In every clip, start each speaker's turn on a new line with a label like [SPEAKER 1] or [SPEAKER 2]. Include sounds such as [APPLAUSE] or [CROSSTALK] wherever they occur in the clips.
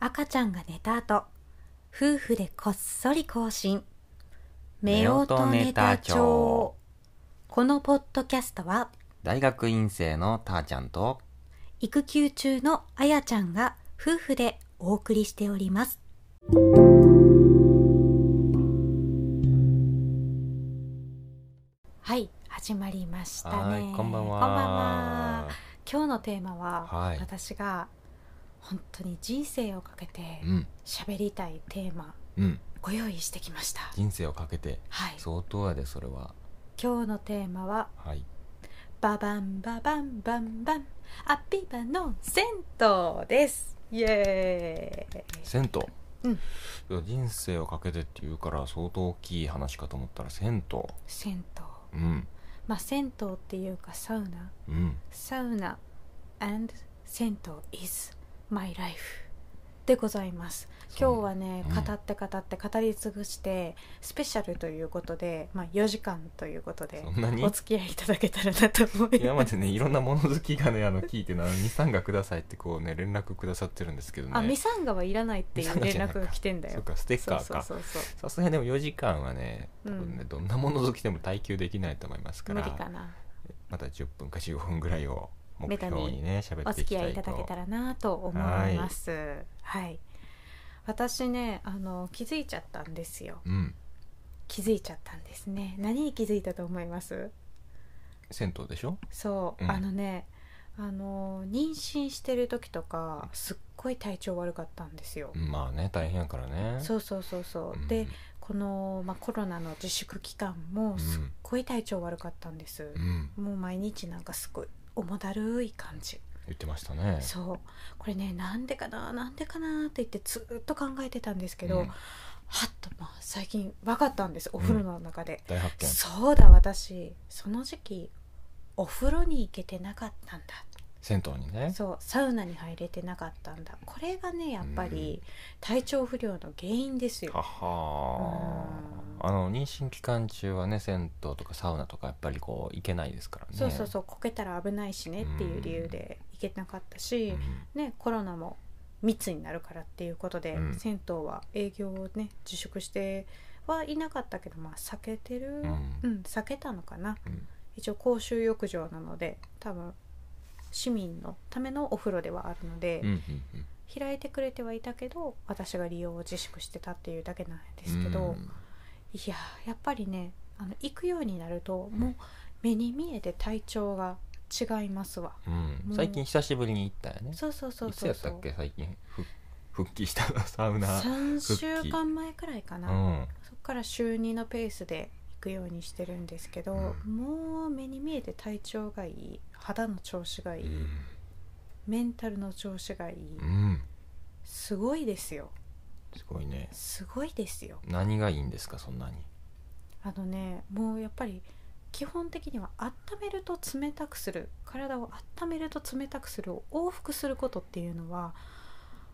[SPEAKER 1] 赤ちゃんが寝た後、夫婦でこっそり更新。夫婦ネタ帳。このポッドキャストは、
[SPEAKER 2] 大学院生のたーちゃんと
[SPEAKER 1] 育休中のあやちゃんが夫婦でお送りしております。はい、始まりましたね。
[SPEAKER 2] はいこんばんは
[SPEAKER 1] こんばんは。今日のテーマは、
[SPEAKER 2] はい
[SPEAKER 1] 私が本当に人生をかけて
[SPEAKER 2] うん
[SPEAKER 1] 喋りたいテーマ
[SPEAKER 2] うん
[SPEAKER 1] ご用意してきました、
[SPEAKER 2] 人生をかけて
[SPEAKER 1] はい
[SPEAKER 2] 相当やでそれは
[SPEAKER 1] 今日のテーマは
[SPEAKER 2] はい
[SPEAKER 1] 「ババンババンバンバンアビバの銭湯」ですイエーイ
[SPEAKER 2] 銭湯
[SPEAKER 1] うん
[SPEAKER 2] いや人生をかけてっていうから相当大きい話かと思ったら銭湯
[SPEAKER 1] 銭湯
[SPEAKER 2] うん
[SPEAKER 1] まあ銭湯っていうかサウナ
[SPEAKER 2] うん
[SPEAKER 1] サウナ and 銭湯 is my life でございます
[SPEAKER 2] そう
[SPEAKER 1] 今日はね、
[SPEAKER 2] うん
[SPEAKER 1] 語って語って語り尽くしてスペシャルということで、まあ、4時間ということで
[SPEAKER 2] そんなに
[SPEAKER 1] お付き合いいただけたらなと思い
[SPEAKER 2] 今
[SPEAKER 1] ま
[SPEAKER 2] ますでねいろんなもの好きがねあの聞いてねあの「ミサンガください」ってこうね連絡くださってるんですけどね
[SPEAKER 1] あミサンガはいらないっていう連絡が来てんだ
[SPEAKER 2] そ
[SPEAKER 1] よ
[SPEAKER 2] うかステッ
[SPEAKER 1] そ
[SPEAKER 2] カ
[SPEAKER 1] う
[SPEAKER 2] ー
[SPEAKER 1] そう
[SPEAKER 2] か
[SPEAKER 1] そうそう
[SPEAKER 2] さすがにでも4時間はね多分ね、
[SPEAKER 1] う
[SPEAKER 2] どんなもの好きでも耐久できないと思いますか
[SPEAKER 1] 無
[SPEAKER 2] ら
[SPEAKER 1] 理かな
[SPEAKER 2] また10分か15分ぐらいを目標にね喋
[SPEAKER 1] お
[SPEAKER 2] って
[SPEAKER 1] 付
[SPEAKER 2] いき
[SPEAKER 1] き
[SPEAKER 2] た
[SPEAKER 1] 合い
[SPEAKER 2] い
[SPEAKER 1] い
[SPEAKER 2] と
[SPEAKER 1] ただけたらなと思いますはい、私ねあの気づいちゃったんですよ
[SPEAKER 2] うん
[SPEAKER 1] 気づいちゃったんですね何に気づいたと思います
[SPEAKER 2] 銭湯でしょ
[SPEAKER 1] そう、
[SPEAKER 2] うん
[SPEAKER 1] あのねあの妊娠してる時とかすっごい体調悪かったんですよ、
[SPEAKER 2] まあね大変やからね
[SPEAKER 1] そうそうそうそう、
[SPEAKER 2] うん
[SPEAKER 1] でこの、まあ、コロナの自粛期間もすっごい体調悪かったんです
[SPEAKER 2] う、ん
[SPEAKER 1] もう毎日なんかすごい重だるい感じ
[SPEAKER 2] 言ってましたね
[SPEAKER 1] そうこれねなんでかななんでかなって言ってずっと考えてたんですけど、
[SPEAKER 2] うん
[SPEAKER 1] はっとまあ最近分かったんですお風呂の中で、
[SPEAKER 2] 大発見
[SPEAKER 1] そうだ私その時期お風呂に行けてなかったんだ
[SPEAKER 2] 銭湯にね
[SPEAKER 1] そうサウナに入れてなかったんだこれがねやっぱり体調不良の原因ですよ、
[SPEAKER 2] は
[SPEAKER 1] うん
[SPEAKER 2] はーあの妊娠期間中はね銭湯とかサウナとかやっぱりこう行けないですからね
[SPEAKER 1] そうそうそうこけたら危ないしねっていう理由で行けなかったし、
[SPEAKER 2] ん
[SPEAKER 1] ね、コロナも密になるからっていうことで、
[SPEAKER 2] うん
[SPEAKER 1] 銭湯は営業をね自粛してはいなかったけどまあ避けてる、
[SPEAKER 2] うん
[SPEAKER 1] 避けたのかな
[SPEAKER 2] うん
[SPEAKER 1] 一応公衆浴場なので多分市民のためのお風呂ではあるので、
[SPEAKER 2] うんうん
[SPEAKER 1] 開いてくれてはいたけど私が利用を自粛してたっていうだけなんです
[SPEAKER 2] うん
[SPEAKER 1] けど、
[SPEAKER 2] う
[SPEAKER 1] い
[SPEAKER 2] ん
[SPEAKER 1] やーやっぱりねあの行くようになるともう目に見えて体調が違いますわ。
[SPEAKER 2] うん
[SPEAKER 1] もう
[SPEAKER 2] 最近久しぶりに行ったよね
[SPEAKER 1] そうそうそう
[SPEAKER 2] いつ
[SPEAKER 1] そ
[SPEAKER 2] や
[SPEAKER 1] う
[SPEAKER 2] っ
[SPEAKER 1] そ
[SPEAKER 2] た
[SPEAKER 1] う
[SPEAKER 2] っけ最近ふ復帰したのサウナ
[SPEAKER 1] 3週間前くらいか
[SPEAKER 2] う
[SPEAKER 1] な、
[SPEAKER 2] ん
[SPEAKER 1] そっから週2のペースで行くようにしてるんですけど、
[SPEAKER 2] う
[SPEAKER 1] もう目に見えて体調がいい肌の調子がいい、
[SPEAKER 2] うん
[SPEAKER 1] メンタルの調子がいい、
[SPEAKER 2] うん
[SPEAKER 1] すごいですよ
[SPEAKER 2] すごいね
[SPEAKER 1] すごいですよ
[SPEAKER 2] 何がいいんですかそんなに
[SPEAKER 1] あのねもうやっぱり基本的には温めると冷たくする体を温めると冷たくするを往復することっていうのは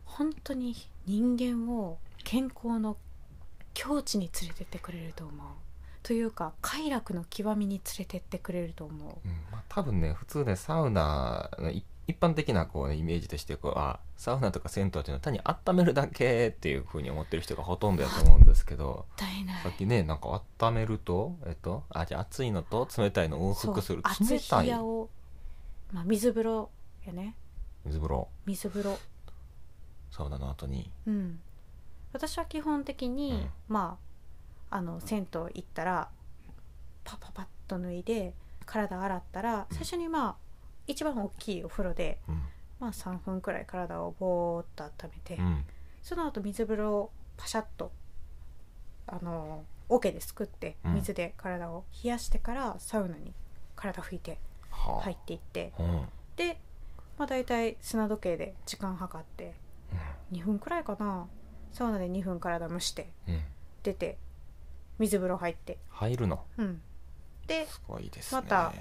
[SPEAKER 1] 本当に人間を健康の境地に連れてってくれると思うというか快楽の極みに連れてってくれると思
[SPEAKER 2] うんまあ、多分ね普通ねサウナのい一般的なこう、ね、イメージとしてこうあサウナとか銭湯っていうのは単に温めるだけっていうふうに思ってる人がほとんどやと思うんですけど
[SPEAKER 1] うもったいない
[SPEAKER 2] さっきねなんか温めるとえっとあじゃあ熱いのと冷たいのを往復する
[SPEAKER 1] そう
[SPEAKER 2] 冷
[SPEAKER 1] 熱
[SPEAKER 2] た
[SPEAKER 1] 冷
[SPEAKER 2] い
[SPEAKER 1] やを、まあ、水風呂やね
[SPEAKER 2] 水風呂
[SPEAKER 1] 水風呂
[SPEAKER 2] サウナの後に
[SPEAKER 1] うん、私は基本的に、
[SPEAKER 2] うん
[SPEAKER 1] まああの銭湯行ったらパパパッと脱いで体洗ったら
[SPEAKER 2] うん
[SPEAKER 1] 最初にまあ一番大きいお風呂で、
[SPEAKER 2] うん
[SPEAKER 1] まあ、3分くらい体をぼーっと温めて、
[SPEAKER 2] うん
[SPEAKER 1] その後水風呂をパシャッとあの桶ですくって
[SPEAKER 2] うん
[SPEAKER 1] 水で体を冷やしてからサウナに体拭いて
[SPEAKER 2] はあ
[SPEAKER 1] 入っていって
[SPEAKER 2] うんうん
[SPEAKER 1] で、まあ、大体砂時計で時間計って2分くらいかなサウナで2分体蒸して
[SPEAKER 2] うん
[SPEAKER 1] 出て水風呂入って、
[SPEAKER 2] 入るの
[SPEAKER 1] うん、です
[SPEAKER 2] ごいですね
[SPEAKER 1] また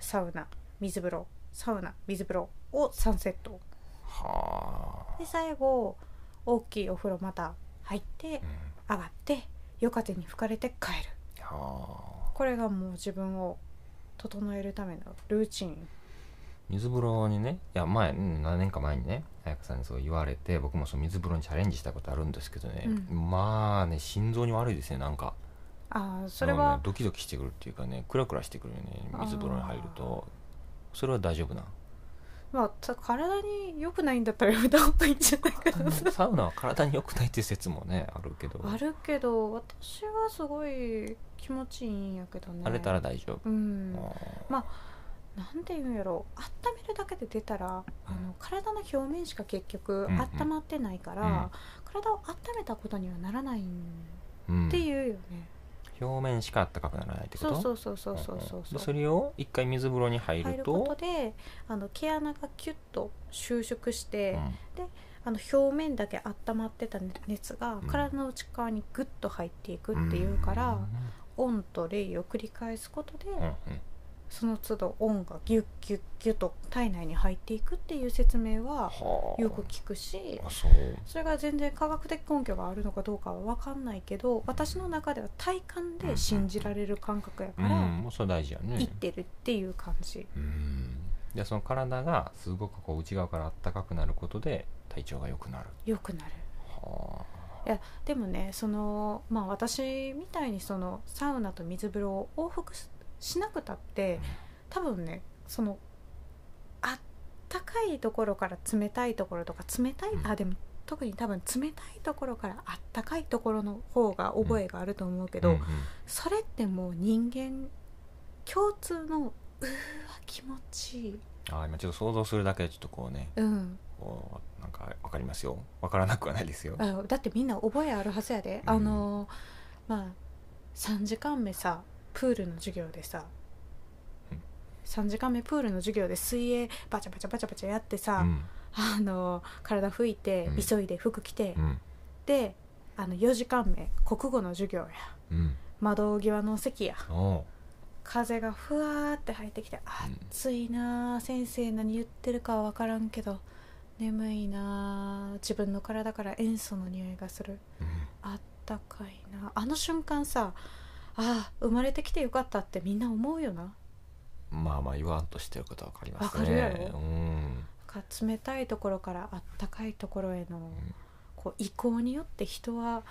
[SPEAKER 1] サウナ水風呂サウナ水風呂を3セット
[SPEAKER 2] はあ
[SPEAKER 1] で最後大きいお風呂また入って
[SPEAKER 2] うん
[SPEAKER 1] 上がって夜風に吹かれて帰る
[SPEAKER 2] はあ
[SPEAKER 1] これがもう自分を整えるためのルーチン
[SPEAKER 2] 水風呂にねいや前うん何年か前にね彩香さんにそう言われて僕もそう水風呂にチャレンジしたことあるんですけどね、
[SPEAKER 1] う
[SPEAKER 2] まあね心臓に悪いですねなんか
[SPEAKER 1] ああそれ
[SPEAKER 2] あのね
[SPEAKER 1] は
[SPEAKER 2] ドキドキしてくるっていうかねクラクラしてくるよね水風呂に入るとそれは大丈夫な
[SPEAKER 1] まあた体に良くないんだったらやめた方がいいんじゃないかなと
[SPEAKER 2] サウナは体に良くないっていう説もねあるけど
[SPEAKER 1] あるけど私はすごい気持ちいいんやけどね
[SPEAKER 2] 荒れたら大丈夫
[SPEAKER 1] うん
[SPEAKER 2] あー
[SPEAKER 1] まなんていうんやろ温めるだけで出たらあの体の表面しか結局
[SPEAKER 2] うんうん
[SPEAKER 1] 温まってないから、
[SPEAKER 2] うん
[SPEAKER 1] 体を温めたことにはならないん
[SPEAKER 2] うん
[SPEAKER 1] っていうよね、
[SPEAKER 2] 表面しか暖かくならないってこ
[SPEAKER 1] そう
[SPEAKER 2] と
[SPEAKER 1] そうそうそうそうそ
[SPEAKER 2] んんで
[SPEAKER 1] う
[SPEAKER 2] それを一回水風呂に入
[SPEAKER 1] 入
[SPEAKER 2] る
[SPEAKER 1] る
[SPEAKER 2] と
[SPEAKER 1] ことであの毛穴がキュッと収縮して、
[SPEAKER 2] うん
[SPEAKER 1] あの表面だけ温まってた熱が
[SPEAKER 2] うん
[SPEAKER 1] 体の内側にグッと入っていくっていうから、オンとレイを繰り返すことで、
[SPEAKER 2] うんうんうん
[SPEAKER 1] その都度オンがギュッギュッギュッと体内に入っていくっていう説明は
[SPEAKER 2] はあ
[SPEAKER 1] よく聞くし
[SPEAKER 2] あそう
[SPEAKER 1] それが全然科学的根拠があるのかどうかは分かんないけど私の中では体感で信じられる感覚や
[SPEAKER 2] う
[SPEAKER 1] か
[SPEAKER 2] ん
[SPEAKER 1] ら
[SPEAKER 2] もうそれ大事や
[SPEAKER 1] 生
[SPEAKER 2] ね
[SPEAKER 1] きてるっていう感じ。
[SPEAKER 2] うんでその体がすごくこう内側から暖かくなることで体調が良くなる
[SPEAKER 1] 良くなる
[SPEAKER 2] は
[SPEAKER 1] でもねそのまあ私みたいにそのサウナと水風呂を往復ししなくたって多分ねそのあったかいところから冷たいところとか冷たい
[SPEAKER 2] うん
[SPEAKER 1] あでも特に多分冷たいところからあったかいところの方が覚えがあると思うけ
[SPEAKER 2] け
[SPEAKER 1] ど、それってもう人間共通のうーわ気持ちいい、
[SPEAKER 2] あー今ちょっと想像するだけでちょっとこうね
[SPEAKER 1] うん、
[SPEAKER 2] こうなんかわかりますよわからなくはないですよ、
[SPEAKER 1] あだってみんな覚えあるはずやで、
[SPEAKER 2] うん
[SPEAKER 1] あのまあ3時間目さプールの授業でさ、
[SPEAKER 2] うん
[SPEAKER 1] 3時間目プールの授業で水泳バチャバチャバチャバチャやって
[SPEAKER 2] う
[SPEAKER 1] さ、
[SPEAKER 2] ん
[SPEAKER 1] あの体拭いて、
[SPEAKER 2] うん
[SPEAKER 1] 急いで服着て、
[SPEAKER 2] うん
[SPEAKER 1] であの4時間目国語の授業や
[SPEAKER 2] うん
[SPEAKER 1] 窓際の席や
[SPEAKER 2] おう
[SPEAKER 1] 風がふわーって入ってきて
[SPEAKER 2] ん
[SPEAKER 1] 暑いなあ先生何言ってるかは分からんけど眠いなあ自分の体から塩素の匂いがする
[SPEAKER 2] うん
[SPEAKER 1] あったかいなあの瞬間さああ生まれてきてよかったってみんな思うよな
[SPEAKER 2] まあまあ言わんとしてることはわかりますね
[SPEAKER 1] わかるやろ
[SPEAKER 2] うん
[SPEAKER 1] なんか冷たいところからあったかいところへの
[SPEAKER 2] ん
[SPEAKER 1] こう移行によって人はなん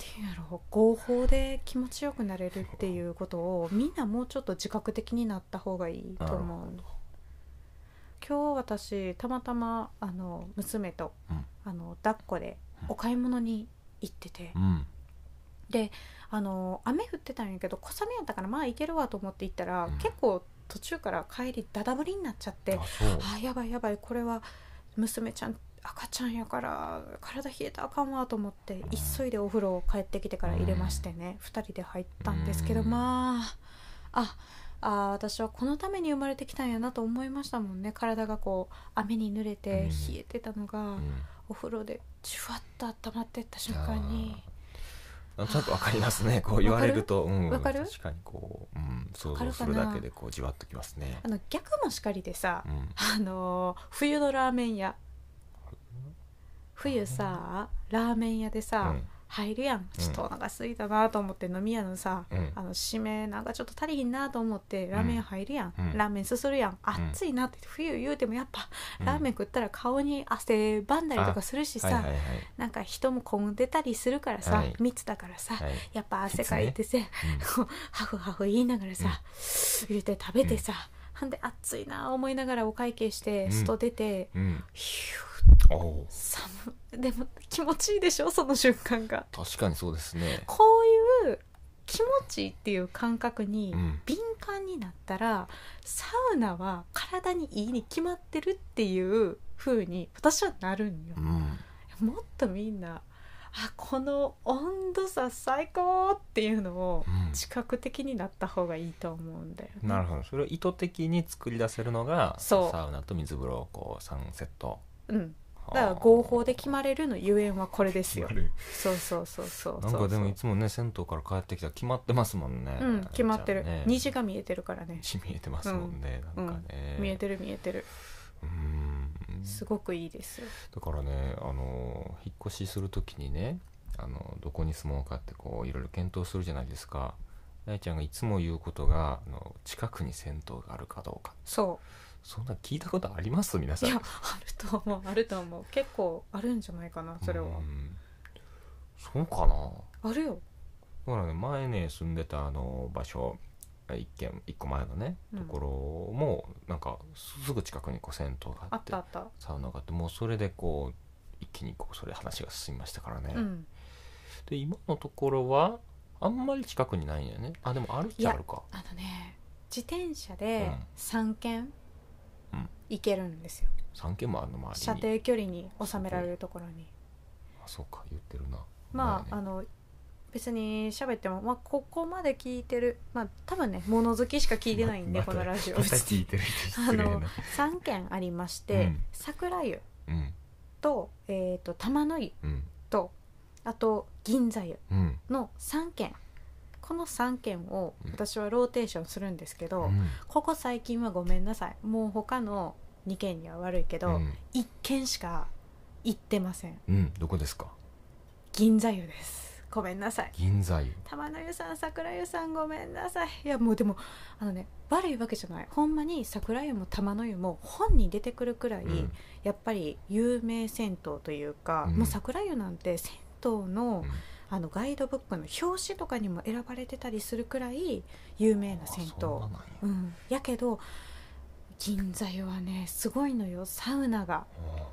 [SPEAKER 1] ていうんやろう合法で気持ちよくなれるっていうことをみんなもうちょっと自覚的になった方がいいと思う
[SPEAKER 2] なる
[SPEAKER 1] 今日私たまたまあの娘と、
[SPEAKER 2] うん
[SPEAKER 1] あの抱っこでお買い物に行ってて、
[SPEAKER 2] うん
[SPEAKER 1] であの雨降ってたんやけど小雨やったからまあ行けるわと思って行ったら、
[SPEAKER 2] うん
[SPEAKER 1] 結構途中から帰りダダぶりになっちゃって
[SPEAKER 2] あそう
[SPEAKER 1] あやばいやばいこれは娘ちゃん赤ちゃんやから体冷えたらあかんわと思って急いでお風呂を帰ってきてから入れましてね、2人で入ったんですけど、
[SPEAKER 2] うん
[SPEAKER 1] まあああー私はこのために生まれてきたんやなと思いましたもんね体がこう雨に濡れ
[SPEAKER 2] うん
[SPEAKER 1] て冷えてたのが、
[SPEAKER 2] うん
[SPEAKER 1] お風呂でじゅわっと温まってった瞬間に
[SPEAKER 2] なんとなくわかりますねこう言われるとうん
[SPEAKER 1] わかる
[SPEAKER 2] 確かにこう、うん、想
[SPEAKER 1] わか
[SPEAKER 2] 像
[SPEAKER 1] る
[SPEAKER 2] す
[SPEAKER 1] かな
[SPEAKER 2] るだけでこうじわっときますね
[SPEAKER 1] あの逆もしかりでさ、
[SPEAKER 2] うん
[SPEAKER 1] あのー冬のラーメン屋冬さラーメン屋でさ、入るやんちょっとお腹すいたなと思って飲み屋のさ、
[SPEAKER 2] うんうん
[SPEAKER 1] あの締めなんかちょっと足りひんなと思ってラーメン入るやん、
[SPEAKER 2] うん
[SPEAKER 1] ラーメンすするやん暑いなって冬言うてもやっぱラーメン食ったら顔に汗ばんだりとかするしさ、
[SPEAKER 2] はいはいはい
[SPEAKER 1] なんか人も混んでたりするからさ、
[SPEAKER 2] はい
[SPEAKER 1] 密だからさ、
[SPEAKER 2] はい
[SPEAKER 1] やっぱ汗かいてさ、 [LAUGHS] こうハフハフ言いながらさ、言うて食べてさ、ほんで暑いな思いながらお会計して、
[SPEAKER 2] うん
[SPEAKER 1] 外出て、
[SPEAKER 2] うん、うん、
[SPEAKER 1] ひゅー
[SPEAKER 2] おお
[SPEAKER 1] 寒っでも気持ちいいでしょその瞬間が
[SPEAKER 2] 確かにそうですね
[SPEAKER 1] こういう気持ちいいっていう感覚に
[SPEAKER 2] うん
[SPEAKER 1] 敏感になったら、サウナは体にいいに決まってるっていう風に私はなるんよ
[SPEAKER 2] う、ん
[SPEAKER 1] もっとみんなあこの温度差最高っていうのを
[SPEAKER 2] うん
[SPEAKER 1] 知覚的になった方がいいと思うんだよね、
[SPEAKER 2] なるほどそれを意図的に作り出せるのが
[SPEAKER 1] そう
[SPEAKER 2] サウナと水風呂をこう3セット
[SPEAKER 1] うん、だから合法で決まれるのゆえんはこれですよ
[SPEAKER 2] 決まる
[SPEAKER 1] そうそうそうそう
[SPEAKER 2] なんかでもいつもね銭湯から帰ってきたら決まってますもんね
[SPEAKER 1] うん決まってる、
[SPEAKER 2] じゃあね
[SPEAKER 1] 虹が見えてるからね
[SPEAKER 2] 虹見えてますもんね、
[SPEAKER 1] うん
[SPEAKER 2] なんかね、
[SPEAKER 1] 見えてる見えてる
[SPEAKER 2] うん
[SPEAKER 1] すごくいいですよ
[SPEAKER 2] だからねあの引っ越しする時にねあのどこに住もうかってこういろいろ検討するじゃないですか大ちゃんがいつも言うことがあの近くに銭湯があるかどうか
[SPEAKER 1] そ
[SPEAKER 2] そんなん聞いたことあります皆さ
[SPEAKER 1] い
[SPEAKER 2] ん
[SPEAKER 1] やあると思うあると思う結構あるんじゃないかなそれは
[SPEAKER 2] うんそうかな
[SPEAKER 1] あるよ
[SPEAKER 2] ほらね前ね住んでたあの場所一軒一個前のね
[SPEAKER 1] うん
[SPEAKER 2] ところも、なんかすぐ近くにこう銭湯が
[SPEAKER 1] あ
[SPEAKER 2] あっ
[SPEAKER 1] ってたあった
[SPEAKER 2] サウナがあってもうそれでこう一気にこうそれ話が進みましたからね、
[SPEAKER 1] うん
[SPEAKER 2] で今のところはあんまり近くにないんだよねあでも歩きゃあるか
[SPEAKER 1] あのね自転車で
[SPEAKER 2] うん
[SPEAKER 1] 3軒
[SPEAKER 2] うん
[SPEAKER 1] 行けるんですよ、
[SPEAKER 2] 3軒もあるの周りに
[SPEAKER 1] 射程距離に収められるところに
[SPEAKER 2] あそうか言ってるな
[SPEAKER 1] まあ、
[SPEAKER 2] 前
[SPEAKER 1] あ
[SPEAKER 2] ね
[SPEAKER 1] の別に喋っても、まあ、ここまで聞いてるまあ多分ね物好きしか聞いてないんで
[SPEAKER 2] ま
[SPEAKER 1] こ
[SPEAKER 2] た
[SPEAKER 1] のラジオ
[SPEAKER 2] また聞いてる人失礼な
[SPEAKER 1] あの3軒ありまして、
[SPEAKER 2] うん
[SPEAKER 1] 桜湯
[SPEAKER 2] うん
[SPEAKER 1] と,、えー、と玉の湯
[SPEAKER 2] うん
[SPEAKER 1] とあと銀座湯
[SPEAKER 2] うん
[SPEAKER 1] の3軒この3軒を
[SPEAKER 2] うん
[SPEAKER 1] 私はローテーションするんですけど、
[SPEAKER 2] うん
[SPEAKER 1] ここ最近はごめんなさいもう他の2軒には悪いけ
[SPEAKER 2] う
[SPEAKER 1] ど、
[SPEAKER 2] ん
[SPEAKER 1] 一1軒しか行ってません
[SPEAKER 2] うんどこですか
[SPEAKER 1] 銀座湯ですごめんなさい
[SPEAKER 2] 銀座湯
[SPEAKER 1] 玉の湯さん桜湯さんごめんなさいいやもうでもあのね悪いわけじゃないほんまに桜湯も玉の湯も本に出てくるくらい、
[SPEAKER 2] うん
[SPEAKER 1] やっぱり有名銭湯というか、
[SPEAKER 2] うん
[SPEAKER 1] もう桜湯なんて銭湯の,、
[SPEAKER 2] うん
[SPEAKER 1] あのガイドブックの表紙とかにも選ばれてたりするくらい有名な
[SPEAKER 2] あ
[SPEAKER 1] 銭湯
[SPEAKER 2] そんななんや
[SPEAKER 1] うん、やけど銀座湯はねすごいのよサウナが
[SPEAKER 2] あ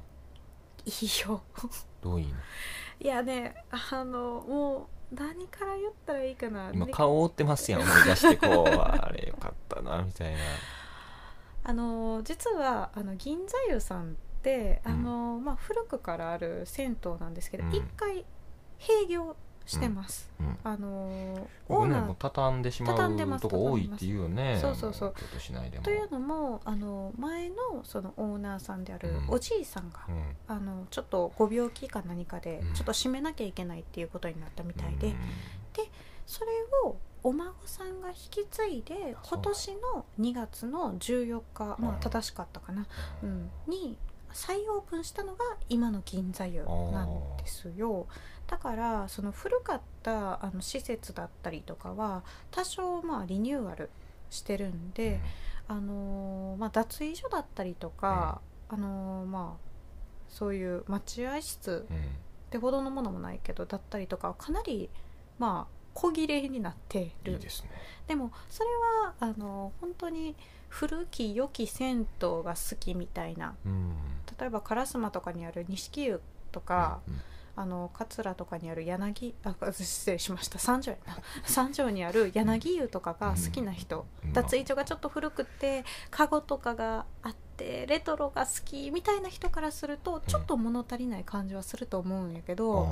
[SPEAKER 1] いいよ [LAUGHS]
[SPEAKER 2] どういいの
[SPEAKER 1] いやねあのもう何から言ったらいいかな
[SPEAKER 2] 今
[SPEAKER 1] で
[SPEAKER 2] 顔覆ってますやん思い出してこうあれよかったなみたいな
[SPEAKER 1] あの実はあの銀座湯さんってあの、まあ、古くからある銭湯なんですけど、
[SPEAKER 2] うん
[SPEAKER 1] 一回閉業してます、
[SPEAKER 2] うん
[SPEAKER 1] あのオ
[SPEAKER 2] 僕
[SPEAKER 1] ー
[SPEAKER 2] ね
[SPEAKER 1] ナ
[SPEAKER 2] も
[SPEAKER 1] ー
[SPEAKER 2] う畳んでしま
[SPEAKER 1] 畳んでま
[SPEAKER 2] う
[SPEAKER 1] す
[SPEAKER 2] とこ多いっていうよね
[SPEAKER 1] 畳んでますそうそうそう
[SPEAKER 2] あのちょっとしないでも
[SPEAKER 1] というのもあの前のそのオーナーさんである
[SPEAKER 2] うん
[SPEAKER 1] おじいさんが、
[SPEAKER 2] うん
[SPEAKER 1] あのちょっとご病気か何かで
[SPEAKER 2] うん
[SPEAKER 1] ちょっと閉めなきゃいけないっていうことになったみたいで、
[SPEAKER 2] うん
[SPEAKER 1] それをお孫さんが引き継いで
[SPEAKER 2] あそう
[SPEAKER 1] 今
[SPEAKER 2] なんだ
[SPEAKER 1] 年の2月の14日、まあ
[SPEAKER 2] うん、
[SPEAKER 1] 正しかったかな、うん、に再オープンしたのが今の銀座湯なんですよだからその古かったあの施設だったりとかは多少まあリニューアルしてるんで、あのーまあ、脱衣所だったりとか、あのーまあそういう待合室
[SPEAKER 2] うんうん
[SPEAKER 1] ってほどのものもないけどだったりとかはかなりまあ小切れになってる
[SPEAKER 2] いいですね
[SPEAKER 1] でもそれはあのー本当に古き良き銭湯が好きみたいな
[SPEAKER 2] うん
[SPEAKER 1] 例えば烏丸とかにある錦湯とか、あの桂とかにある柳あ失礼しました三条やな [LAUGHS] 三条にある柳湯とかが好きな人、
[SPEAKER 2] うん
[SPEAKER 1] 脱衣所がちょっと古くてカゴとかがあってレトロが好きみたいな人からするとちょっと物足りない感じはすると思うんやけど、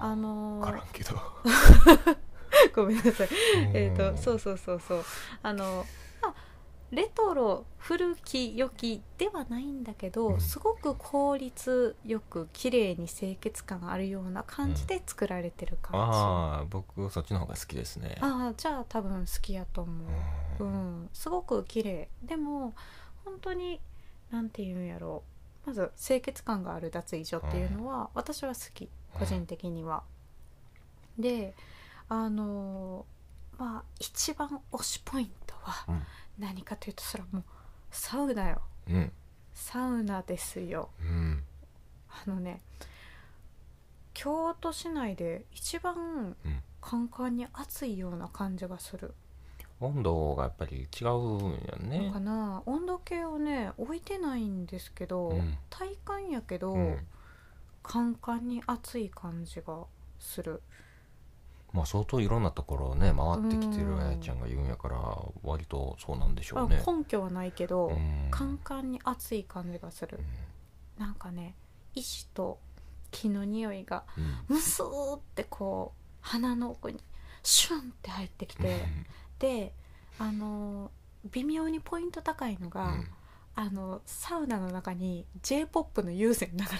[SPEAKER 2] あ
[SPEAKER 1] あの
[SPEAKER 2] 分か
[SPEAKER 1] ー
[SPEAKER 2] らんけど
[SPEAKER 1] [LAUGHS] ごめんなさいえー、とそううそうそうそうあのまあレトロ古き良きではないんだけ
[SPEAKER 2] う
[SPEAKER 1] ど
[SPEAKER 2] ん
[SPEAKER 1] すごく効率よく綺麗に清潔感あるような感じで作られてる感じ、あ
[SPEAKER 2] ああ僕そっちの方が好きですね
[SPEAKER 1] あじゃあ多分好きやと思う、うん、すごく綺麗でも本当になんていうんやろうまず清潔感がある脱衣所っていうのは私は好き個人的には。であのーまあ一番推しポイントは
[SPEAKER 2] うん
[SPEAKER 1] 何かというとそれはもうサウナよ
[SPEAKER 2] うん
[SPEAKER 1] サウナですよ
[SPEAKER 2] うん
[SPEAKER 1] あのね京都市内で一番
[SPEAKER 2] うん
[SPEAKER 1] カンカンに暑いような感じがする
[SPEAKER 2] 温度がやっぱり違うんや
[SPEAKER 1] の
[SPEAKER 2] ね
[SPEAKER 1] かな、温度計をね置いてないんですけど、
[SPEAKER 2] うん
[SPEAKER 1] 体感やけど、
[SPEAKER 2] うん
[SPEAKER 1] カンカンに暑い感じがする
[SPEAKER 2] まあ相当いろんなところをね回ってきてるあやちゃんが言うんやから割とそうなんでしょ
[SPEAKER 1] ま
[SPEAKER 2] う
[SPEAKER 1] あ
[SPEAKER 2] ね
[SPEAKER 1] 根拠はないけど、
[SPEAKER 2] うん
[SPEAKER 1] カンカンに熱い感じがするなんかね石と木の匂いが
[SPEAKER 2] うん
[SPEAKER 1] ムスーってこう鼻の奥にシュンって入ってきてであのー微妙にポイント高いの
[SPEAKER 2] う
[SPEAKER 1] が、
[SPEAKER 2] ん
[SPEAKER 1] あのサウナの中に j p o p の有線流れてる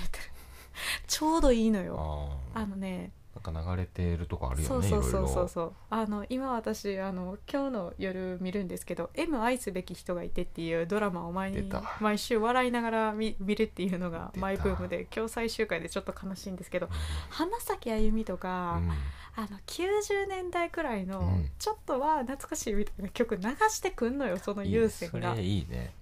[SPEAKER 1] [LAUGHS] ちょうどいいのよ
[SPEAKER 2] あ
[SPEAKER 1] あ
[SPEAKER 2] あ
[SPEAKER 1] のね
[SPEAKER 2] なんか流れてるとこある
[SPEAKER 1] そ
[SPEAKER 2] よ
[SPEAKER 1] う
[SPEAKER 2] ねい
[SPEAKER 1] そ
[SPEAKER 2] ろ
[SPEAKER 1] う
[SPEAKER 2] い
[SPEAKER 1] そうそう
[SPEAKER 2] ろ
[SPEAKER 1] そうあの今私あの今日の夜見るんですけど「M 愛すべき人がいて」っていうドラマを毎
[SPEAKER 2] 出た
[SPEAKER 1] 毎週笑いながら見見るっていうのが
[SPEAKER 2] 出た
[SPEAKER 1] マイブームで今日最終回でちょっと悲しいんですけど花咲あゆみと
[SPEAKER 2] う
[SPEAKER 1] か、
[SPEAKER 2] ん
[SPEAKER 1] あの90年代くらいの、
[SPEAKER 2] うん
[SPEAKER 1] ちょっとは懐かしいみたいな曲流してくんのよその
[SPEAKER 2] いいね
[SPEAKER 1] 優先
[SPEAKER 2] そ
[SPEAKER 1] が
[SPEAKER 2] れいいね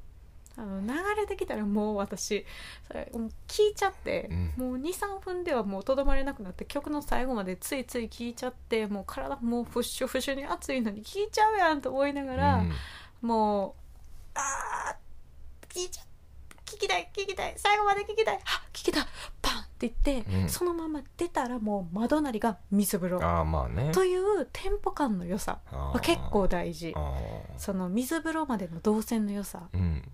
[SPEAKER 1] あの流れてきたらもう私それもう聞いちゃって、
[SPEAKER 2] う
[SPEAKER 1] もう23分ではもうとどまれなくなって曲の最後までついつい聞いちゃってもう体もうフッシュフッシュに熱いのに聞いちゃうやんと思いながら、
[SPEAKER 2] うん
[SPEAKER 1] もうあー聞いちゃ聞きたい聞きたい最後まで聞きたいあ聞けたパンって言って、
[SPEAKER 2] うん
[SPEAKER 1] そのまま出たらもう窓なりが水風呂
[SPEAKER 2] ああまあね
[SPEAKER 1] というテンポ感の良さ
[SPEAKER 2] あ
[SPEAKER 1] は
[SPEAKER 2] ー
[SPEAKER 1] 結構大事
[SPEAKER 2] あ
[SPEAKER 1] その水風呂までの動線の良さ
[SPEAKER 2] ーうん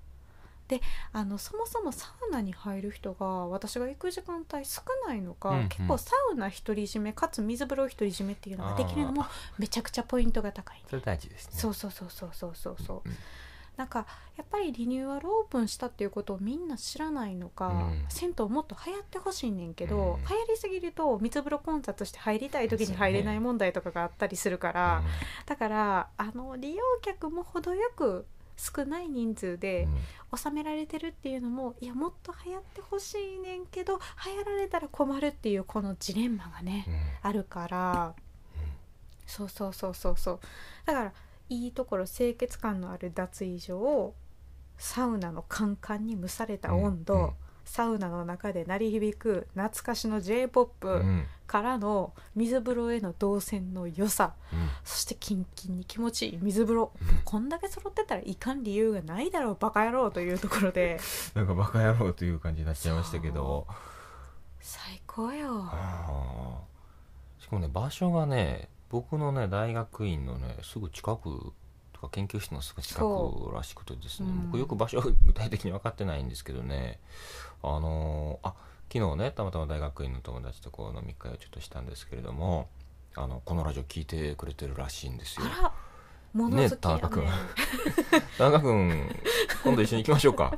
[SPEAKER 1] あのそもそもサウナに入る人が私が行く時間帯少ないのか、
[SPEAKER 2] うんうん
[SPEAKER 1] 結構サウナ独り占めかつ水風呂独り占めっていうのができるのもめちゃくちゃポイントが高いね、
[SPEAKER 2] それ大事ですね
[SPEAKER 1] そうそうそうそうそうそうそう
[SPEAKER 2] うん
[SPEAKER 1] なんかやっぱりリニューアルオープンしたっていうことをみんな知らないのか、
[SPEAKER 2] うん
[SPEAKER 1] 銭湯もっと流行ってほしいねんけど、
[SPEAKER 2] うん
[SPEAKER 1] 流行りすぎると水風呂混雑して入りたい時に入れない問題とかがあったりするから、だからあの利用客も程よく少ない人数
[SPEAKER 2] うん
[SPEAKER 1] で
[SPEAKER 2] うん
[SPEAKER 1] 収められてるっていうのもいやもっと流行ってほしいねんけど流行られたら困るっていうこのジレンマがね、
[SPEAKER 2] うん
[SPEAKER 1] あるから、そうそうそうそうそうだからいいところ清潔感のある脱衣所をサウナのカンカンに蒸された温度、
[SPEAKER 2] うんうん
[SPEAKER 1] サウナの中で鳴り響く懐かしの j p o
[SPEAKER 2] う
[SPEAKER 1] p
[SPEAKER 2] ん
[SPEAKER 1] からの水風呂への動線の良さ
[SPEAKER 2] うん
[SPEAKER 1] そしてキンキンに気持ちいい水風呂こんだけ揃ってたらいかん理由がないだろうバカ野郎というところで
[SPEAKER 2] なんかバカ野郎という感じになっちゃいましたけど
[SPEAKER 1] 最高よ
[SPEAKER 2] あーしかもね場所がね僕のね大学院のねすぐ近くとか研究室のすぐ近
[SPEAKER 1] そ
[SPEAKER 2] くらしくてですね、
[SPEAKER 1] うん
[SPEAKER 2] 僕よく場所具体的に分かってないんですけどねあのーあ昨日ねたまたま大学院の友達とこう飲み会をちょっとしたんですけれどもあのこのラジオ聞いてくれてるらしいんですよ
[SPEAKER 1] あら物好きや
[SPEAKER 2] ね田中君
[SPEAKER 1] ね
[SPEAKER 2] 田中君今度一緒に行きましょうか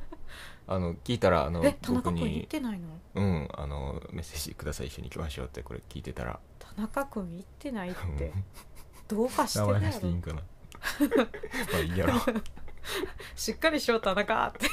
[SPEAKER 2] あの聞いたらあの
[SPEAKER 1] え田中
[SPEAKER 2] 僕
[SPEAKER 1] 君行っ
[SPEAKER 2] に
[SPEAKER 1] てないの
[SPEAKER 2] うんあのメッセージください一緒に行きましょうってこれ聞いてたら
[SPEAKER 1] 田中君行ってないっ
[SPEAKER 2] う
[SPEAKER 1] て
[SPEAKER 2] ん
[SPEAKER 1] どうかして
[SPEAKER 2] 名
[SPEAKER 1] る
[SPEAKER 2] 前
[SPEAKER 1] や
[SPEAKER 2] 出していいん
[SPEAKER 1] ろ
[SPEAKER 2] かな [LAUGHS] まあいいやろい
[SPEAKER 1] しっかりしよう田中って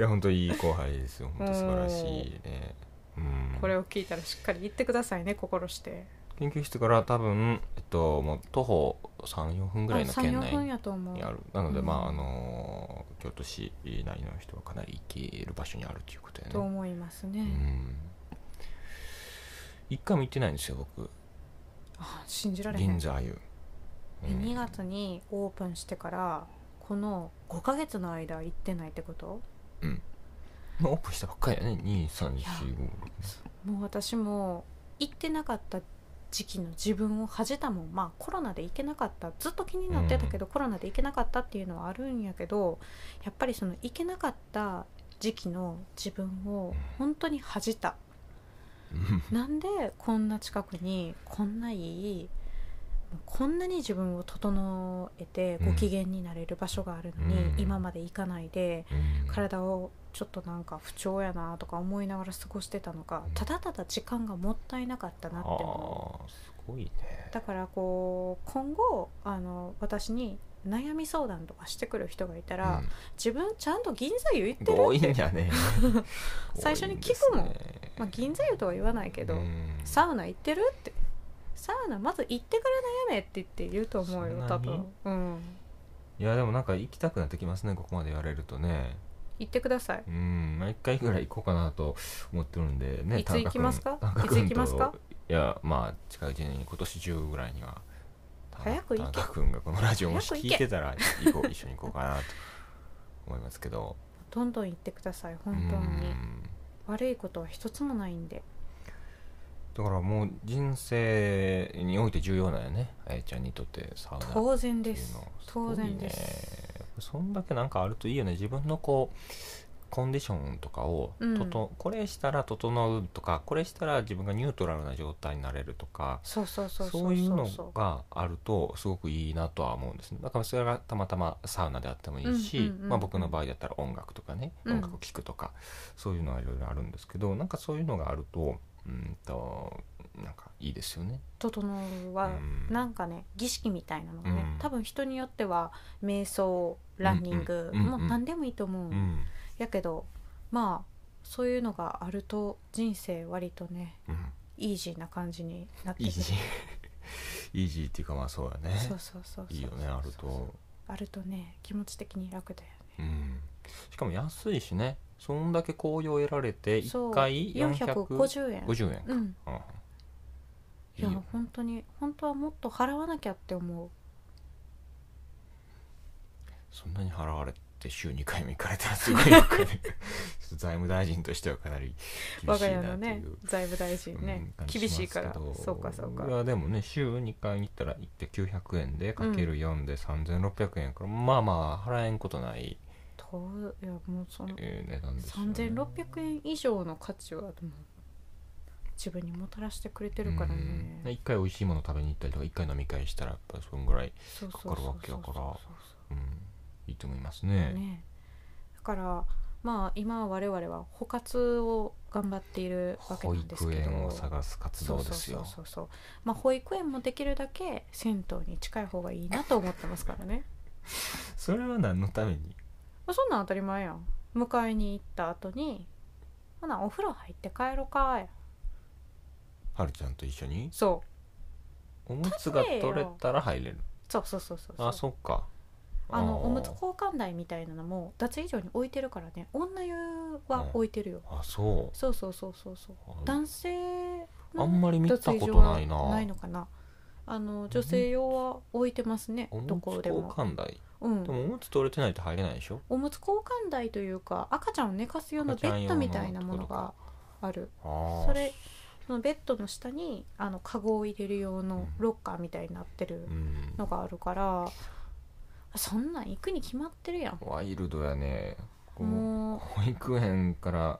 [SPEAKER 2] や本当いい後輩ですよ本当素晴らしいねうん
[SPEAKER 1] これを聞いたらしっかり言ってくださいね心して
[SPEAKER 2] 研究室から多分えっともう徒歩34分ぐらいの圏
[SPEAKER 1] 34分
[SPEAKER 2] 内
[SPEAKER 1] やと思う
[SPEAKER 2] にあるなので、
[SPEAKER 1] うん
[SPEAKER 2] まああのー京都市内の人はかなり行ける場所にあるということやね
[SPEAKER 1] と思いますね、
[SPEAKER 2] うん一回も行ってないんですよ僕
[SPEAKER 1] あ信じられへん
[SPEAKER 2] 銀座あゆ、
[SPEAKER 1] え
[SPEAKER 2] うん
[SPEAKER 1] 2月にオープンしてからこの5ヶ月の間行ってないってこと
[SPEAKER 2] まあオープンしたばっかりやね
[SPEAKER 1] いや
[SPEAKER 2] 2345
[SPEAKER 1] もう私も行ってなかった時期の自分を恥じたもんまあコロナで行けなかったずっと気になってたけど、コロナで行けなかったっていうのはあるんやけどやっぱりその行けなかった時期の自分を本当に恥じたなんでこんな近くにこんないいこんなに自分を整えてご機嫌になれる場所があるのに、
[SPEAKER 2] うん
[SPEAKER 1] 今まで行かないで
[SPEAKER 2] うん
[SPEAKER 1] 体をちょっとなんか不調やなとか思いながら過ごしてたのかただただ時間がもったいなかったなって思
[SPEAKER 2] ああすごいね
[SPEAKER 1] うだからこう今後あの私に悩み相談とかしてくる人がいたら、
[SPEAKER 2] うん
[SPEAKER 1] 自分ちゃんと銀座湯行ってる
[SPEAKER 2] 強
[SPEAKER 1] っ
[SPEAKER 2] 引
[SPEAKER 1] て、
[SPEAKER 2] やね
[SPEAKER 1] [LAUGHS] 最初に聞くもん
[SPEAKER 2] 強引ですね
[SPEAKER 1] まあ、銀座湯とは言わないけど、
[SPEAKER 2] うん
[SPEAKER 1] サウナ行ってるってサウナまず行ってから悩めって言って言うと思うよ多
[SPEAKER 2] そんなに
[SPEAKER 1] 分うん
[SPEAKER 2] いやでもなんか行きたくなってきますねここまで言われるとね
[SPEAKER 1] 行ってください
[SPEAKER 2] うん毎回ぐらい行こうかなと思ってるんでね
[SPEAKER 1] いつ行きますかいつ行きますか
[SPEAKER 2] いやまあ近いうちに今年中ぐらいには
[SPEAKER 1] 早く行け
[SPEAKER 2] 田中君がこのラジオもし
[SPEAKER 1] 早く行
[SPEAKER 2] 聞
[SPEAKER 1] け
[SPEAKER 2] いてたら行こう一緒に行こうかなと思いますけど
[SPEAKER 1] どんどん行ってください [LAUGHS] 本当に
[SPEAKER 2] ん
[SPEAKER 1] 悪いことは一つもないんで
[SPEAKER 2] だからもう人生において重要なんよねあやちゃんにとってサウナっていうの
[SPEAKER 1] 当然です当然です
[SPEAKER 2] すごいねそんだけなんかあるといいよね自分のこうコンディションとかを
[SPEAKER 1] うん
[SPEAKER 2] とと、これしたら整うとかこれしたら自分がニュートラルな状態になれるとか
[SPEAKER 1] そうそうそうそう
[SPEAKER 2] そういう
[SPEAKER 1] そ
[SPEAKER 2] の
[SPEAKER 1] うそう
[SPEAKER 2] があるとすごくいいなとは思うんですねだからそれがたまたまサウナであってもいいし、
[SPEAKER 1] うんうんうん
[SPEAKER 2] まあ、僕の場合だったら音楽とかね、
[SPEAKER 1] うん
[SPEAKER 2] 音楽を聴くとかそういうのはいろいろあるんですけどなんかそういうのがあるとうんとなんかいいですよね。
[SPEAKER 1] 整うは
[SPEAKER 2] うん
[SPEAKER 1] なんかね儀式みたいなのがね、
[SPEAKER 2] うん
[SPEAKER 1] 多分人によっては瞑想ランニング、
[SPEAKER 2] うんうんうん
[SPEAKER 1] も
[SPEAKER 2] う
[SPEAKER 1] うん何でもいいと思う、
[SPEAKER 2] うん
[SPEAKER 1] やけどまあそういうのがあると人生割とね
[SPEAKER 2] うん
[SPEAKER 1] イージーな感じになって
[SPEAKER 2] イー [LAUGHS]
[SPEAKER 1] く
[SPEAKER 2] ジーイージーっていうかまあそうだね
[SPEAKER 1] そうそうそうそう
[SPEAKER 2] いいよねあると
[SPEAKER 1] あるとね気持ち的に楽だよね
[SPEAKER 2] うんしかも安いしねそんだけ紅葉得られて
[SPEAKER 1] そう
[SPEAKER 2] 1回450
[SPEAKER 1] 450円
[SPEAKER 2] 円
[SPEAKER 1] う
[SPEAKER 2] か、
[SPEAKER 1] ん
[SPEAKER 2] う
[SPEAKER 1] い
[SPEAKER 2] んいい
[SPEAKER 1] や
[SPEAKER 2] よ
[SPEAKER 1] 本当に本当はもっと払わなきゃって思う
[SPEAKER 2] そんなに払われて週2回も行かれたらすごいよね
[SPEAKER 1] [LAUGHS]
[SPEAKER 2] 財務大臣としてはかなり厳
[SPEAKER 1] 我
[SPEAKER 2] しい
[SPEAKER 1] が家
[SPEAKER 2] な
[SPEAKER 1] の
[SPEAKER 2] と
[SPEAKER 1] ね
[SPEAKER 2] いう
[SPEAKER 1] 財務大臣ね、
[SPEAKER 2] うん
[SPEAKER 1] 厳しいから
[SPEAKER 2] 感じますけ
[SPEAKER 1] そ
[SPEAKER 2] ど
[SPEAKER 1] うかそう
[SPEAKER 2] い
[SPEAKER 1] か
[SPEAKER 2] やでもね週2回に行ったら行って900円でかける4で3600円から、まあまあ払えんことない、
[SPEAKER 1] といやもうその
[SPEAKER 2] えー値段ですよね
[SPEAKER 1] 3600円以上の価値はでも自分にもたらしてくれてるからね、
[SPEAKER 2] 1回美味しいもの食べに行ったりとか1回飲み会したらやっぱりそんぐらい、
[SPEAKER 1] そうそう
[SPEAKER 2] かかるわけやからうん、いいと思います
[SPEAKER 1] ら
[SPEAKER 2] ね
[SPEAKER 1] ねだからまあ今我々は補活を頑張っているわけ
[SPEAKER 2] 保
[SPEAKER 1] なんです
[SPEAKER 2] 育
[SPEAKER 1] けど
[SPEAKER 2] 園を探す活動です
[SPEAKER 1] そ
[SPEAKER 2] よ
[SPEAKER 1] うそうそうそうまあ保育園もできるだけ銭湯に近い方がいいなと思ってますからね
[SPEAKER 2] それは何のために
[SPEAKER 1] まあそんなん当たり前やん迎えに行った後にほなお風呂入って帰ろかや
[SPEAKER 2] はるちゃんと一緒に
[SPEAKER 1] そう
[SPEAKER 2] おむつが取れたら入れる
[SPEAKER 1] そうそうそうそうそう
[SPEAKER 2] あそっか
[SPEAKER 1] あの
[SPEAKER 2] ー
[SPEAKER 1] おむつ交換台みたいなのも脱衣所に置いてるからね女湯は置いてるよ、
[SPEAKER 2] あそう
[SPEAKER 1] そうそうそうそうそう
[SPEAKER 2] あ
[SPEAKER 1] 男性
[SPEAKER 2] あんまり見たことないな
[SPEAKER 1] 脱衣所はないのかなあの女性用は置いてますね
[SPEAKER 2] おむつ
[SPEAKER 1] どこで
[SPEAKER 2] 交
[SPEAKER 1] も、
[SPEAKER 2] 換台
[SPEAKER 1] うん
[SPEAKER 2] で、もおむつ取れてないと入れないでしょ
[SPEAKER 1] おむつ交換台というか赤ちゃんを寝かす用のベッドみたいなものがある
[SPEAKER 2] ああ
[SPEAKER 1] それそのベッドの下にあのカゴを入れる用のロッカーみたいになってる
[SPEAKER 2] うん
[SPEAKER 1] のがあるから、そんなん行くに決まってるやん
[SPEAKER 2] ワイルドやねこう
[SPEAKER 1] もう
[SPEAKER 2] 保育園から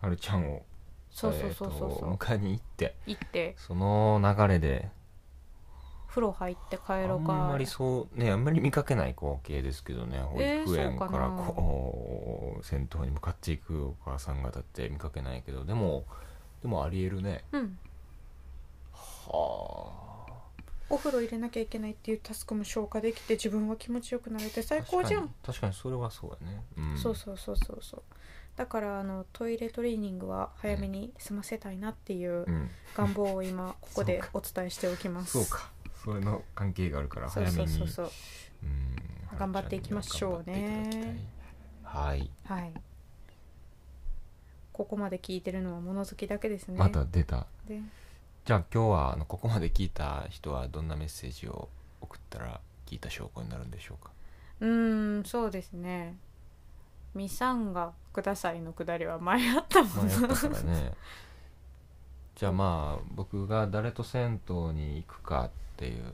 [SPEAKER 2] はるちゃんを
[SPEAKER 1] そうそうそうそう
[SPEAKER 2] えー
[SPEAKER 1] そ
[SPEAKER 2] と
[SPEAKER 1] う
[SPEAKER 2] 迎えに行って
[SPEAKER 1] 行って
[SPEAKER 2] その流れで
[SPEAKER 1] 風呂入って
[SPEAKER 2] あ
[SPEAKER 1] 帰ろうんか
[SPEAKER 2] まりそうねあんまり見かけない光景ですけどね保
[SPEAKER 1] えー
[SPEAKER 2] 育園
[SPEAKER 1] そ
[SPEAKER 2] か
[SPEAKER 1] うからな
[SPEAKER 2] こう先頭に向かっていくお母さん方って見かけないけどでもでもありえるね
[SPEAKER 1] うん
[SPEAKER 2] はあ
[SPEAKER 1] お風呂入れなきゃいけないっていうタスクも消化できて自分は気持ちよくなれて最高じゃん
[SPEAKER 2] 確かに確かにそれはそうやね、うん、
[SPEAKER 1] そうそうそうそうそうだからあのトイレトレーニングは早めに済ませたいなっていう
[SPEAKER 2] うん、
[SPEAKER 1] 願望を今ここ
[SPEAKER 2] [LAUGHS]
[SPEAKER 1] でお伝えしておきます
[SPEAKER 2] そうかそれの関係があるから
[SPEAKER 1] そう
[SPEAKER 2] 早め
[SPEAKER 1] そ
[SPEAKER 2] に
[SPEAKER 1] うそうそう
[SPEAKER 2] うん
[SPEAKER 1] 頑張っていきましょうね
[SPEAKER 2] 頑張っていただきたいはい
[SPEAKER 1] はいここまで聞いてるのは物好きだけですね
[SPEAKER 2] また出た、
[SPEAKER 1] で
[SPEAKER 2] じゃあ今日はあのここまで聞いた人はどんなメッセージを送ったら聞いた証拠になるんでしょうか
[SPEAKER 1] うーんそうですねミサンガくださいのくだりは前あったも
[SPEAKER 2] まあ
[SPEAKER 1] ん
[SPEAKER 2] や
[SPEAKER 1] な、
[SPEAKER 2] ったからねじゃあまあ僕が誰と銭湯に行くかっていう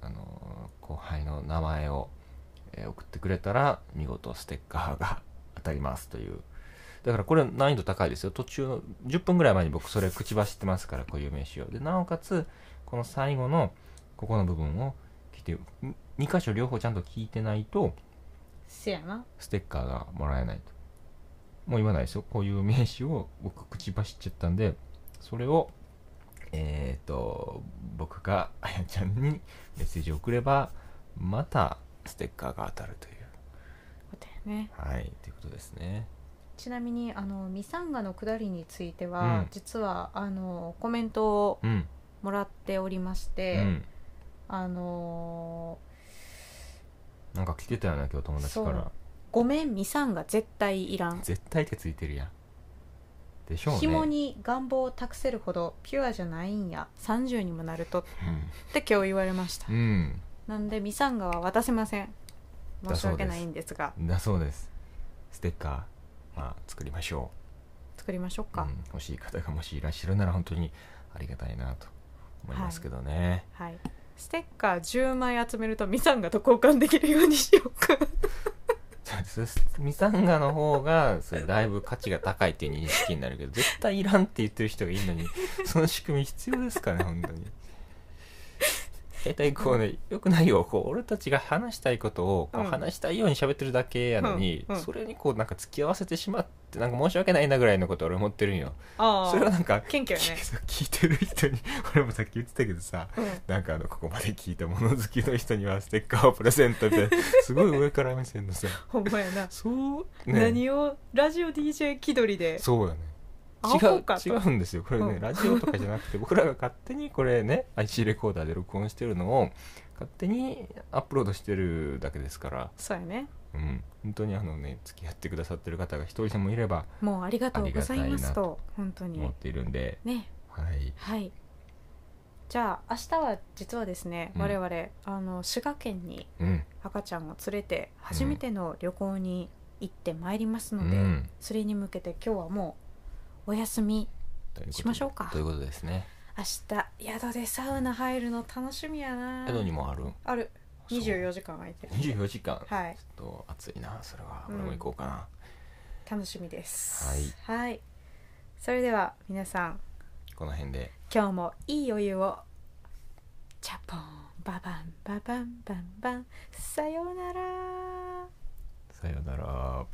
[SPEAKER 2] あの後輩の名前を、えー送ってくれたら見事ステッカーが当たりますというだからこれ難易度高いですよ途中の10分ぐらい前に僕それ口走ってますからこういう名詞をでなおかつこの最後のここの部分を聞いて2箇所両方ちゃんと聞いてないと
[SPEAKER 1] [LAUGHS] せやな
[SPEAKER 2] ステッカーがもらえないと。もう言わないですよ。こういう名詞を僕口走っちゃったんで、それを、えっ、と、僕があやちゃんにメッセージを送れば、またステッカーが当たるという。
[SPEAKER 1] ことやね
[SPEAKER 2] はい、ということですね。
[SPEAKER 1] ちなみにあのミサンガのくだりについては、
[SPEAKER 2] うん
[SPEAKER 1] 実はあのコメントを
[SPEAKER 2] うん。
[SPEAKER 1] もらっておりまし
[SPEAKER 2] う
[SPEAKER 1] て、
[SPEAKER 2] ん。
[SPEAKER 1] あの
[SPEAKER 2] なんか来てたよな、今日友達か
[SPEAKER 1] そ
[SPEAKER 2] ら。
[SPEAKER 1] ーごめんミサンガ絶対いらん、
[SPEAKER 2] 絶対手ついてるやん。でしょうね。
[SPEAKER 1] 紐に願望を託せるほどピュアじゃないんや30にもなるとって今日言われました
[SPEAKER 2] うん。うん。
[SPEAKER 1] なんでミサンガは渡せません申
[SPEAKER 2] だ
[SPEAKER 1] し
[SPEAKER 2] そうです
[SPEAKER 1] 訳ないんですが
[SPEAKER 2] だそうです。ステッカー、まあ、作りましょう。
[SPEAKER 1] 作りましょうか、
[SPEAKER 2] うん、欲しい方がもしいらっしゃるなら本当にありがたいなと思いますけどね、
[SPEAKER 1] はいステッカー10枚集めるとミサンガと交換できるようにしようか
[SPEAKER 2] そう [LAUGHS] ですミサンガの方がそれだいぶ価値が高いっていう認識になるけど絶対いらんって言ってる人がいるの
[SPEAKER 1] [LAUGHS]
[SPEAKER 2] にその仕組み必要ですかね本当に大体こうねよくないよこう俺たちが話したいことをこ
[SPEAKER 1] う
[SPEAKER 2] う
[SPEAKER 1] ん
[SPEAKER 2] 話したいように喋ってるだけやのに、
[SPEAKER 1] うんうん
[SPEAKER 2] それにこうなんか付き合わせてしまってなんか申し訳ないなぐらいのこと俺思ってるんよ
[SPEAKER 1] ああ
[SPEAKER 2] それはなんか
[SPEAKER 1] 謙虚よね
[SPEAKER 2] 聞いてる人に [LAUGHS] 俺もさっき言ってたけどさ
[SPEAKER 1] うん
[SPEAKER 2] なんかあのここまで聞いた物好きの人にはステッカーをプレゼント
[SPEAKER 1] [LAUGHS]
[SPEAKER 2] ってすごい上から目線のさ
[SPEAKER 1] ほんまやな
[SPEAKER 2] [LAUGHS] そう
[SPEAKER 1] 何をラジオ DJ 気取りで
[SPEAKER 2] そうやね
[SPEAKER 1] 会
[SPEAKER 2] 違
[SPEAKER 1] おう
[SPEAKER 2] う
[SPEAKER 1] かと
[SPEAKER 2] 違うんですよこれね、
[SPEAKER 1] うん
[SPEAKER 2] ラジオとかじゃなくて僕らが勝手にこれね IC レコーダーで録音してるのを勝手にアップロードしてるだけですから
[SPEAKER 1] そうやね
[SPEAKER 2] うん、本当にあのね付き合ってくださってる方が一人でもいれば
[SPEAKER 1] もうありがとうございますと本当
[SPEAKER 2] 思っ
[SPEAKER 1] に
[SPEAKER 2] ているんで、
[SPEAKER 1] ね
[SPEAKER 2] はい、
[SPEAKER 1] はいじゃあ明日は実はですね、
[SPEAKER 2] うん
[SPEAKER 1] 我々あの滋賀県に
[SPEAKER 2] うん、
[SPEAKER 1] 赤ちゃんを連れて初めての旅行に行ってまいりますので、
[SPEAKER 2] うん
[SPEAKER 1] それに向けて今日はもうお休み
[SPEAKER 2] ということで
[SPEAKER 1] しましょうか
[SPEAKER 2] ということですね
[SPEAKER 1] 明日宿でサウナ入るの楽しみやな
[SPEAKER 2] 宿にもある
[SPEAKER 1] ある
[SPEAKER 2] そう
[SPEAKER 1] 24時間空いてる
[SPEAKER 2] 24時間、
[SPEAKER 1] はい
[SPEAKER 2] ちょっと暑いなそれは
[SPEAKER 1] うん
[SPEAKER 2] 俺も行こうかな、
[SPEAKER 1] 楽しみですはい、それでは皆さん
[SPEAKER 2] この辺で
[SPEAKER 1] 今日もいいお湯をチャポンババンババンバンバンさようなら
[SPEAKER 2] さようなら